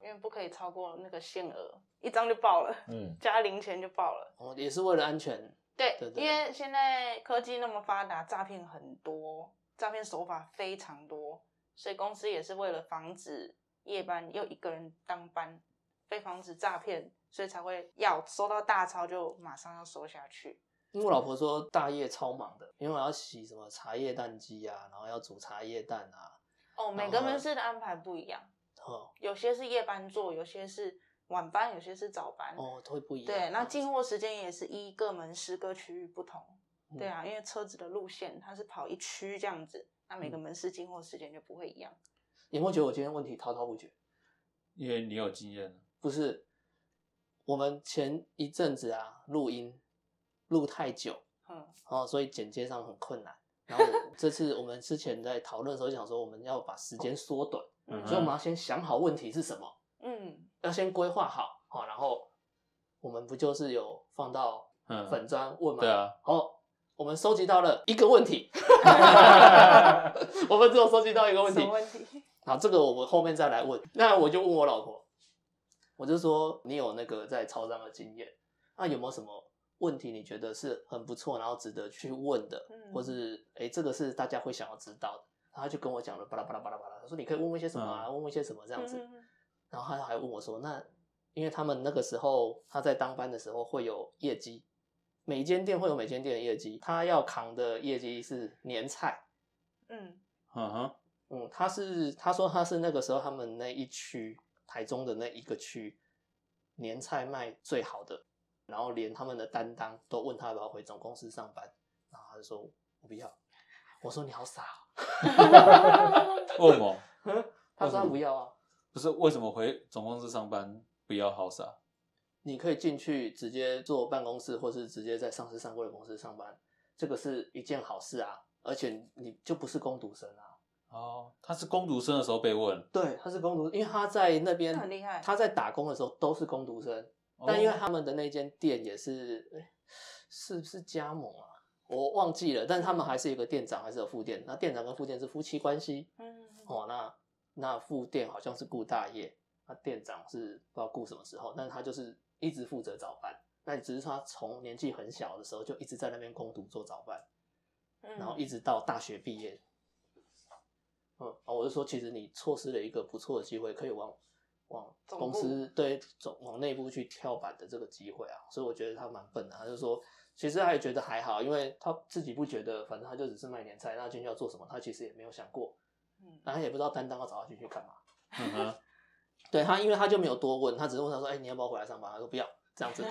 S4: 因为不可以超过那个限额，一张就爆了，
S2: 嗯，
S4: 加零钱就爆了。
S1: 哦，也是为了安全。
S4: 对，
S1: 对对
S4: 因为现在科技那么发达，诈骗很多，诈骗手法非常多，所以公司也是为了防止夜班又一个人当班，被防止诈骗，所以才会要收到大钞就马上要收下去。
S1: 因为我老婆说大夜超忙的，因为我要洗什么茶叶蛋鸡啊，然后要煮茶叶蛋啊，
S4: 哦，每个门市的安排不一样，
S1: 哦
S4: 有些是夜班做，有些是晚班，有些是早班。
S1: 哦，都会不一样。
S4: 对，那进货时间也是依各门市各区域不同。
S1: 嗯
S4: 对啊，因为车子的路线它是跑一区这样子，那
S1: 嗯
S4: 每个门市进货时间就不会一样。
S1: 有没有觉得我今天问题滔滔不绝？
S3: 因为你有经验，
S1: 不是，我们前一阵子啊录音录太久
S4: 嗯，
S1: 哦，所以剪接上很困难。然后我 这次我们之前在讨论的时候就想说，我们要把时间缩短，
S4: 嗯
S1: 所以我们要先想好问题是什么，
S4: 嗯，
S1: 要先规划好哦，然后我们不就是有放到
S3: 嗯
S1: 粉砖问吗？
S3: 对啊，
S1: 哦，我们收集到了一个问题，我们只有收集到一个问
S4: 什
S1: 题
S4: 么，问题？
S1: 好，这个我们后面再来问。那我就问我老婆，我就说你有那个在超商的经验，那有没有什么问题你觉得是很不错，然后值得去问的，
S4: 嗯
S1: 或是诶这个是大家会想要知道的？然后他就跟我讲了巴拉巴拉巴拉巴拉，他说你可以问问一些什么啊，问问一些什么这
S4: 这
S1: 样子。然后他还问我说，那因为他们那个时候他在当班的时候会有业绩，每间店会有每间店的业绩，他要扛的业绩是年菜。
S4: 嗯
S3: 嗯哼，
S1: 嗯，他是他说他是那个时候他们那一区台中的那一个区年菜卖最好的，然后连他们的担当都问他要不要回总公司上班，然后他就说我不要。我说你好傻哦、
S3: 为什么？
S1: 他说他不要啊，
S3: 不是为什么回总公司上班不要好傻？
S1: 你可以进去直接做办公室，或是直接在上市上柜的公司上班，这个是一件好事啊，而且你就不是工读生啊。
S3: 哦，他是攻读生的时候被问，
S1: 对，他是工读，因为他在那边
S4: 那很厉害
S1: 他在打工的时候都是工读生，但因为他们的那间店也是，诶是不是加盟啊？我忘记了，但是他
S4: 嗯
S1: 们还是有个店长，还是有副店。那店长跟副店是夫妻关系
S4: 嗯，
S1: 哦。那那副店好像是顾大业，那店长是不知道顾什么时候，但是他就是一直负责早班。那只是他从年纪很小的时候就一直在那边攻读做早班，
S4: 嗯
S1: 然后一直到大学毕业。嗯，啊我是说，其实你错失了一个不错的机会，可以往往
S4: 总
S1: 公
S4: 部
S1: 司对总往内部去跳板的这个机会啊，所以我觉得他蛮笨的。他就说，其实他也觉得还好，因为他自己不觉得，反正他就只是卖年菜，那进去要做什么，他其实也没有想过，
S4: 嗯
S1: 然后他也不知道担当要找他进去干嘛。
S3: 嗯 哼，
S1: 对他，因为他就没有多问，他只是问他说：“哎、你要不要回来上班？”他说：“不要。”这 样子，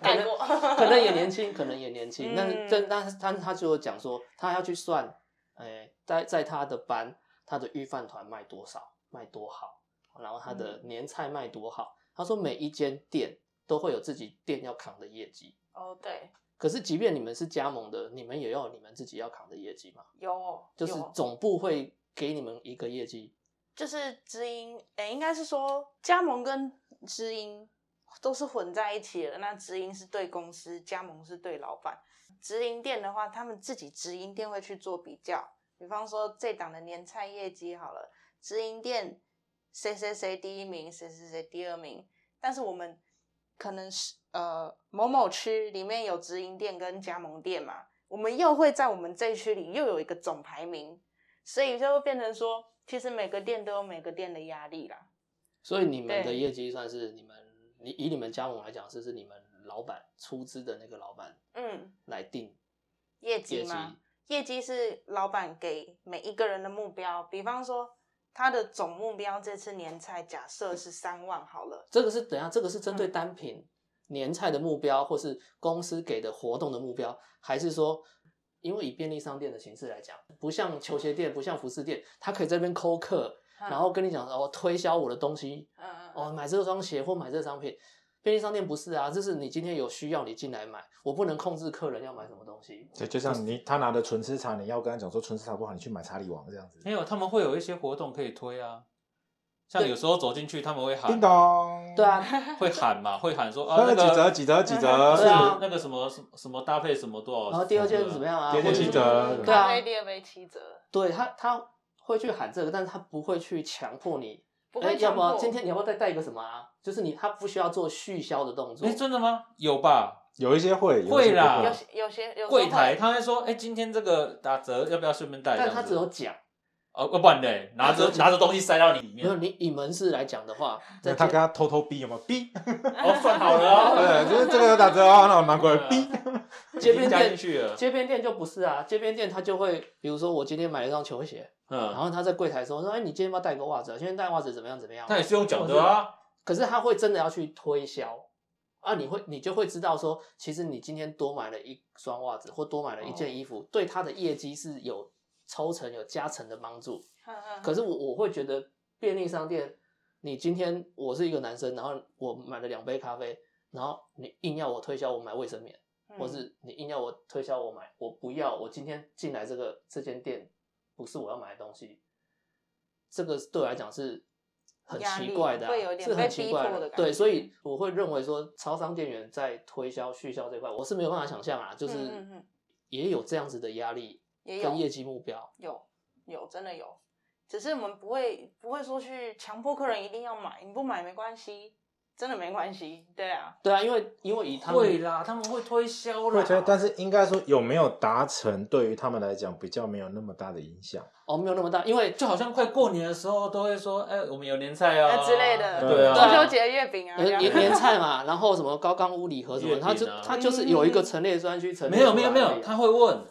S4: 盖过，
S1: 可能也年轻，可能也年轻，但是
S4: 嗯
S1: 但但是但是他就有讲说，他要去算，哎、在在他的班，他的预饭团卖多少，卖多好，然后他的
S4: 嗯
S1: 年菜卖多好。他说每一间店都会有自己店要扛的业绩，
S4: 哦，对，
S1: 可是即便你们是加盟的，你们也要有你们自己要扛的业绩嘛，
S4: 有，哦
S1: 就是
S4: 有啊
S1: 总部会给你们一个业绩，
S4: 就是知音，诶、应该是说加盟跟知音都是混在一起的。那知音是对公司，加盟是对老板。直营店的话，他们自己直营店会去做比较，比方说这档的年菜业绩好了，直营店谁谁谁第一名，谁谁谁第二名，但是我们可能是呃某某区里面有直营店跟加盟店嘛，我们又会在我们这一区里又有一个总排名，所以就会变成说，其实每个店都有每个店的压力啦。
S1: 所以你们的
S4: 对
S1: 业绩算是你们，你以你们加盟来讲，是是你们老板出资的那个老板
S4: 嗯，
S1: 来定
S4: 业
S1: 业
S4: 绩
S1: 绩。
S4: 吗？业绩是老板给每一个人的目标，比方说他的总目标这次年菜假设是三万好了，
S1: 这个是等一下，这个是
S4: 嗯
S1: 针对单品、年菜的目标，或是公司给的活动的目标，还是说，因为以便利商店的形式来讲，不像球鞋店，不像服饰店，它可以在那边抠客，
S4: 嗯
S1: 然后跟你讲哦，推销我的东西，
S4: 嗯嗯
S1: 哦，买这双鞋或买这商品。便利商店不是啊，就是你今天有需要你进来买，我不能控制客人要买什么东西。
S2: 对，就像你他拿的纯吃茶，你要跟他讲说纯吃茶不好，你去买茶里王这样子。
S3: 没有，他们会有一些活动可以推啊，像
S1: 对
S3: 有时候走进去他们会
S2: 叮
S3: 喊，
S2: 咚，
S1: 对，啊，
S3: 会喊嘛，会 喊说啊
S2: 那
S3: 那
S2: 个几折
S3: 个
S2: 几折几
S1: 对
S2: 折，
S1: 啊
S3: 那个什么什么什么搭配什么多少，
S1: 然后第二件是怎么？样啊？
S2: 跌跌
S1: 或者是
S2: 七折，
S1: 对啊
S4: 咖啡第二杯七折，
S1: 对他他会去喊这个，但是他不会去强迫你
S4: 不
S1: 哎
S4: 会
S1: 要
S4: 强
S1: 不
S4: 迫。
S1: 要今天你要不要再带一个什么啊？就是你他不需要做续销的动作。
S3: 哎，真的吗？有吧？
S2: 有一些会，有一些不
S3: 会啦
S4: 有些有些有时候
S3: 柜台
S4: 会
S3: 他会说，哎，今天这个打折，要不要顺便带？
S1: 但
S3: 这样
S1: 他
S3: 子
S1: 只有讲，
S3: 哦，要不然嘞，拿着拿着东西塞到你里
S1: 没
S3: 面
S1: 有，你以门市来讲的 话，在
S2: 那他
S1: 街
S2: 跟他偷偷逼有没有逼？
S3: 哦，算好了哦， 啊
S2: 对，就是这个有打折哦，那我拿过来逼。
S1: 街
S3: 已经
S1: 边
S3: 加进
S1: 店
S3: 去了，
S1: 街边店就不是啊，街边店他就会，比如说我今天买了一双球鞋，然
S3: 嗯，后
S1: 后他在柜台说说，哎，你今天要不要带个袜子啊？今天带袜子怎么样怎么样？
S3: 他也是用讲的啊，
S1: 可是他会真的要去推销啊，你会你就会知道说，其实你今天多买了一双袜子或多买了一件衣服，对他的业绩是有抽成有加成的帮助。
S4: 嗯嗯
S1: 可是我我会觉得便利商店，你今天我是一个男生，然后我买了两杯咖啡，然后你硬要我推销我买卫生棉，
S4: 嗯
S1: 或是你硬要我推销我买，我不要，我今天进来这个这间店不是我要买的东西，这个对我来讲是很
S4: 压力
S1: 奇怪的啊、
S4: 会有点
S1: 是
S4: 被
S1: 很
S4: 逼
S1: 奇怪
S4: 迫的感
S1: 对，
S4: 觉
S1: 所以我会认为说，超商店员在推销续销这块，我是没有办法想象啊，就
S4: 嗯
S1: 是
S4: 嗯嗯
S1: 也有这样子的压力
S4: 也有
S1: 跟业绩目标。
S4: 有有真的有，只是我们不会不会说去强迫客人一定要买，你不买没关系，真的没关系，对啊，
S1: 对啊，因为因为以他
S3: 会
S1: 们
S3: 啦，他们会推销啦，
S2: 会推，但是应该说有没有达成，对于他们来讲比较没有那么大的影响。
S1: 哦没有那么大，因为
S3: 就好像快过年的时候都会说，哎，我们有年菜
S4: 那、
S3: 啊
S4: 哎呃之类的，
S3: 对啊，
S4: 中秋节月饼啊，这
S1: 年
S4: 样
S1: 年年菜嘛，然后什么高冈屋礼盒什么，
S3: 月饼啊
S1: 它就它就是有一个陈列专区，陈列
S3: 没有没有没
S1: 出来而
S3: 有，
S1: 已啊
S3: 他会问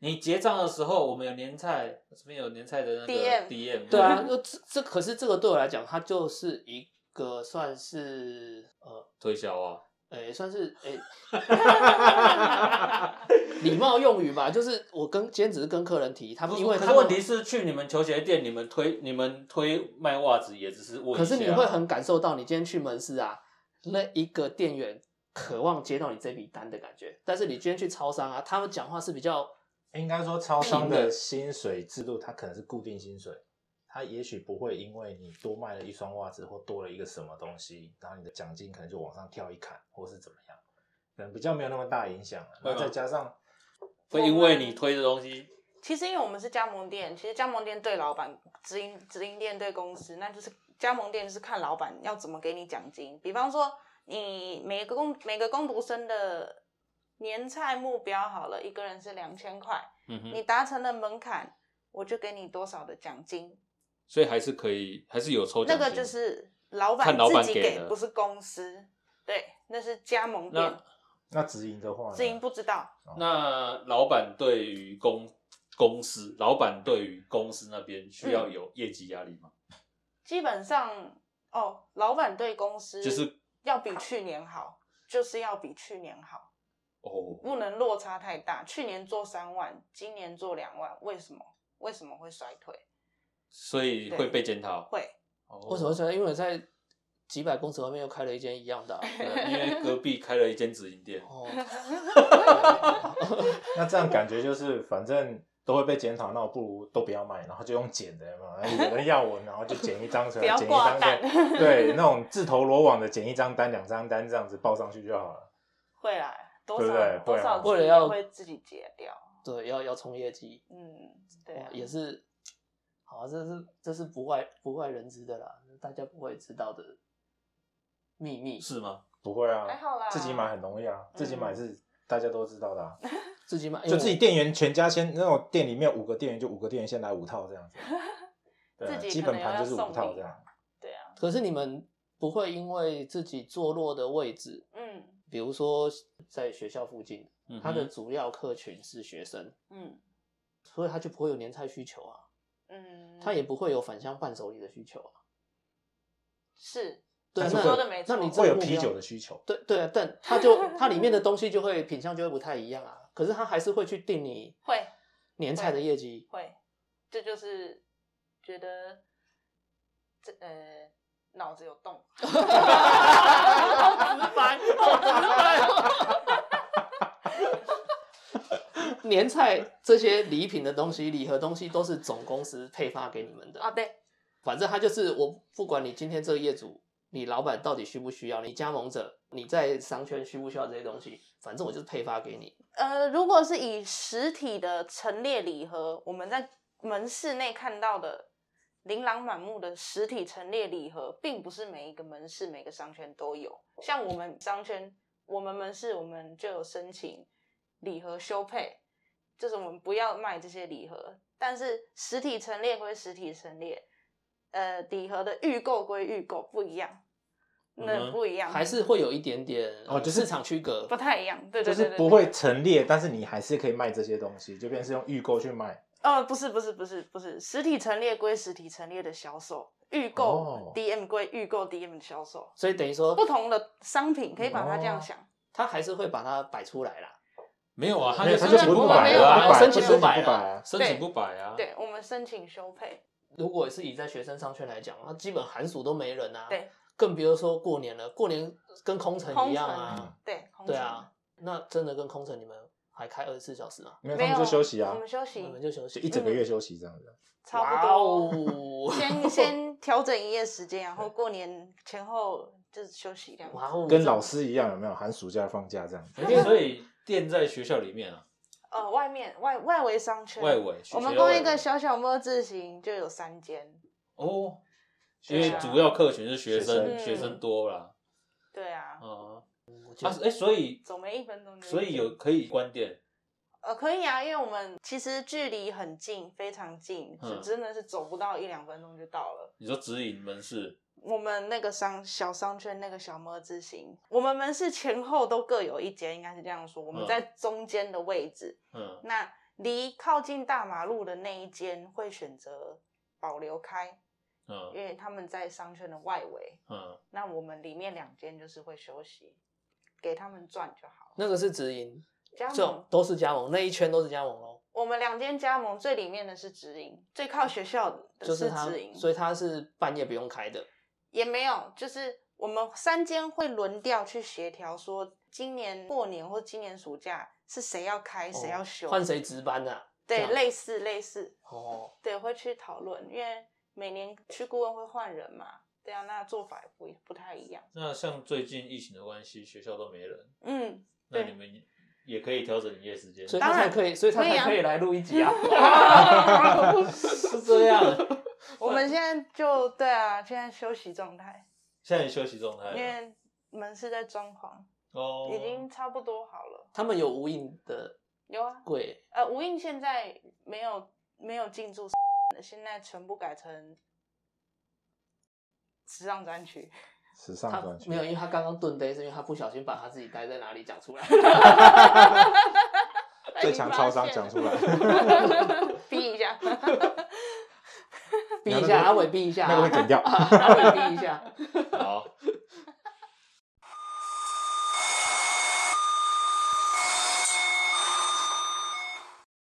S3: 你结账的时候，我们有年菜，这边有年菜的那个
S4: DM
S3: DM，
S1: 对啊，，就这这可是这个对我来讲，它就是一个算是呃
S3: 推销啊，
S1: 诶、算是诶 礼貌用语吧，就是我跟今天只是跟客人提，他们因为
S3: 可
S1: 他
S3: 是
S1: 们
S3: 问题是去你们球鞋店，你们推你们推卖袜子也只是问一下，啊
S1: 可是你会很感受到，你今天去门市啊，那一个店员渴望接到你这笔单的感觉。但是你今天去超商啊，他们讲话是比较
S2: 应该说超商的薪水制度，它可能是固定薪水，它也许不会因为你多卖了一双袜子或多了一个什么东西，然后你的奖金可能就往上跳一坎，或是怎么样，可能比较没有那么大影响啊。
S3: 会
S2: 那
S3: 吗
S4: 嗯
S2: 再加上
S1: 啊
S3: 会因为你推的东西，
S4: 其实因为我们是加盟店，其实加盟店对老板，直营直营店对公司，那就是加盟店就是看老板要怎么给你奖金。比方说，你每个工每个工读生的年菜目标好了，一个人是两千块，
S3: 嗯哼，
S4: 你达成了门槛，我就给你多少的奖金。
S3: 所以还是可以，还是有抽
S4: 那
S3: 奖金。
S4: 个就是老板
S3: 看老板
S4: 自己
S3: 给
S4: 给，
S3: 的
S4: 不是公司。对，那是加盟店
S3: 那，
S2: 那直营的话呢，
S4: 自营不知道。
S3: 那老板对于公公司，老板对于公司那边需要有业绩压力吗？
S4: 基本上哦，老板对公司
S3: 就是
S4: 要比去年好，就是要比去年好，
S3: 哦，
S4: 不能落差太大。去年做三万，今年做两万，为什么？为什么会衰退？
S3: 所以会被检讨。
S4: 会
S3: 哦
S1: 为什么？说？因为我在几百公尺外面又开了一间一样的啊、，
S3: 呃因为隔壁开了一间直营店
S1: 哦，
S2: 那这样感觉就是反正。都会被检讨，那我不如都不要卖，然后就用剪的嘛，有人要我，然后就剪一张出
S4: 不
S2: 来，
S4: 要
S2: 剪一
S4: 挂
S2: 张
S4: 蛋
S2: 对，，啊对，那种自投罗网的剪一张单、两张单这样子报上去就好了。
S4: 会啦，多
S2: 对
S4: 少
S2: 不对
S4: 多
S2: 会
S4: 少
S2: 啊
S4: 自己
S1: 为了要
S4: 会自己结掉。
S1: 对，要要冲业绩，
S4: 嗯，对啊
S1: 哇，哦也是，好、啊，这是这是不外不外人知的啦，大家不会知道的秘密，
S3: 是吗？
S2: 不会啊，
S4: 还好啦
S2: 自己买很容易啊，自己
S4: 嗯
S2: 买是大家都知道的、啊，
S4: 哎
S1: 自己买，因为
S2: 就自己店员全家先那种店里面有五个店员就五个店员先来五套这 样子，对啊
S4: 自己
S2: 基本盘就是五套这样。
S4: 对啊，
S1: 可是你们不会因为自己坐落的位置，
S4: 嗯
S1: 比如说在学校附近，
S3: 嗯哼
S1: 他的主要客群是学生，
S4: 嗯
S1: 所以他就不会有年菜需求啊，
S4: 嗯，
S1: 他也不会有返乡伴手礼的需求啊。
S4: 是
S1: 对，
S2: 但是
S1: 那
S2: 会有
S4: 说得没错
S1: 那你这
S2: 会
S1: 个
S2: 有
S1: 目标
S2: 啤酒的需求，
S1: 对 对啊，但他就它里面的东西就会品相就会不太一样啊。可是他还是会去定你
S4: 会
S1: 年菜的业绩，
S4: 会，这就是觉得这呃脑子有洞。
S1: 好直白，好直白哦。年菜这些礼品的东西、礼盒东西都是总公司配发给你们的
S4: 啊，对，
S1: 反正他就是我，不管你今天这个业主，你老板到底需不需要，你加盟者，你在商圈需不需要这些东西，反正我就是配发给你。
S4: 呃，如果是以实体的陈列礼盒，我们在门市内看到的琳琅满目的实体陈列礼盒，并不是每一个门市、每个商圈都有。像我们商圈，我们门市我们就有申请礼盒修配，就是我们不要卖这些礼盒，但是实体陈列归实体陈列，呃，礼盒的预购归预购不一样，
S3: 嗯
S4: 那
S3: 哼
S4: 不一样，
S1: 还是会有一点点
S2: 哦就是
S1: 市场区隔
S4: 不。太一样，对
S2: 就
S4: 对对
S2: 是
S4: 对对
S2: 不会陈列，但是你还是可以卖这些东西，就变成是用预购去卖。
S4: 呃，不是不是不是不是，实体陈列归实体陈列的销售，预购
S2: 哦
S4: DM 归预购 DM 的销售，
S1: 所以等于说
S4: 不，同的商品可以把它
S2: 哦
S4: 这样想。
S1: 他还是会把它摆出来啦。
S3: 没有啊，他
S2: 没有，
S3: 就
S2: 他
S3: 申
S2: 就
S3: 请
S2: 不
S4: 我
S2: 不
S4: 们没
S2: 摆
S4: 有
S2: 啊，
S4: 啊
S2: 他摆
S1: 申
S2: 不
S1: 请
S2: 申
S1: 不摆
S2: 不摆
S1: 啊
S2: 啊。
S3: 申请不摆啊，
S4: 对，我们申请修配，
S1: 如果是以在学生商圈来讲，那基本寒暑都没人啊，
S4: 对，
S1: 更别说过年了，过年跟空城一样啊，
S4: 对，空
S1: 对
S4: 乘
S1: 啊，那真的跟空城你们还开二十四小时吗？
S2: 没有，他
S4: 没
S2: 们
S4: 有嗯
S2: 就休息啊
S4: 我，们休
S1: 你
S4: 息
S1: 们就休息
S2: 就一整个月休息这样子。啊
S4: 差不多，
S1: 哇哦
S4: 先先调整营业时间，然后过年前后就是休息这样。
S1: 哇哦，
S2: 跟老师一样，有没有寒暑假放假这样子？
S3: 诶哎所以店在学校里面啊，
S4: 呃，外面外外围商圈，
S3: 外围，
S4: 我们
S3: 学校
S4: 光
S3: 外
S4: 一个
S3: 围
S4: 小小摸字形就有三间，
S3: 哦，因
S4: 对
S3: 为
S4: 啊
S3: 主要客群是学生，
S4: 学生
S3: 学生多啦，
S4: 对啊，
S3: 嗯，
S1: 我记
S3: 啊
S1: 得，
S3: 哎，所以
S4: 走没一分钟就一
S3: 所以
S4: 间
S3: 有可以关店，
S4: 呃，可以啊，因为我们其实距离很近，非常近，
S3: 嗯
S4: 是真的是走不到一两分钟就到了。
S3: 你说指引门市，
S4: 我们那个商小商圈那个小么字形，我们门市前后都各有一间，应该是这样说。我们
S3: 嗯
S4: 在中间的位置，
S3: 嗯，
S4: 那离靠近大马路的那一间会选择保留开，因
S3: 嗯
S4: 为他们在商圈的外围。
S3: 嗯，
S4: 那我们里面两间就是会休息。给他们赚就好。
S1: 那个是直营，
S4: 加
S1: 就
S4: 盟，
S1: 都是加盟，那一圈都是加盟喽，
S4: 我们两间加盟最里面的是直营，最靠学校
S1: 就
S4: 的
S1: 是他
S4: 直营，，
S1: 所以他是半夜不用开的，
S4: 也没有，就是我们三间会轮调去协调，说今年过年或今年暑假是谁要开，谁要休，
S1: 哦换谁值班呐、这
S4: 对，
S1: 样
S4: 类似类似，
S1: 哦，
S4: 对，会去讨论，因为每年去顾问会换人嘛，对啊，那做法也不不太一样。
S3: 那像最近疫情的关系，学校都没人，
S4: 嗯，
S3: 那
S4: 对
S3: 你们也可以调整营业时间，
S1: 所以他
S4: 当
S1: 才
S4: 然
S1: 可以，所以他
S4: 可以
S1: 才
S4: 啊
S1: 可以来录一集 啊。
S3: 是这样。
S4: 我们现在就对啊，现在休息状态，
S3: 现在休息状态
S4: 因
S3: 了
S4: 为门是在装潢，
S3: 哦，
S4: 已经差不多好了。
S1: 他们有无印的
S4: 有啊，
S1: 柜，
S4: 呃，无印现在没有没有进驻 的，现在全部改成时尚专区。
S2: 时尚
S1: 他
S2: 专区
S1: 没有，因为他刚刚顿呆，是因为他不小心把他自己待在哪里讲 出来。
S2: 最强超 商讲出来，
S4: 逼一下，
S1: 逼一下，阿伟逼一下，
S2: 那个会剪掉
S1: 啊阿伟逼一下。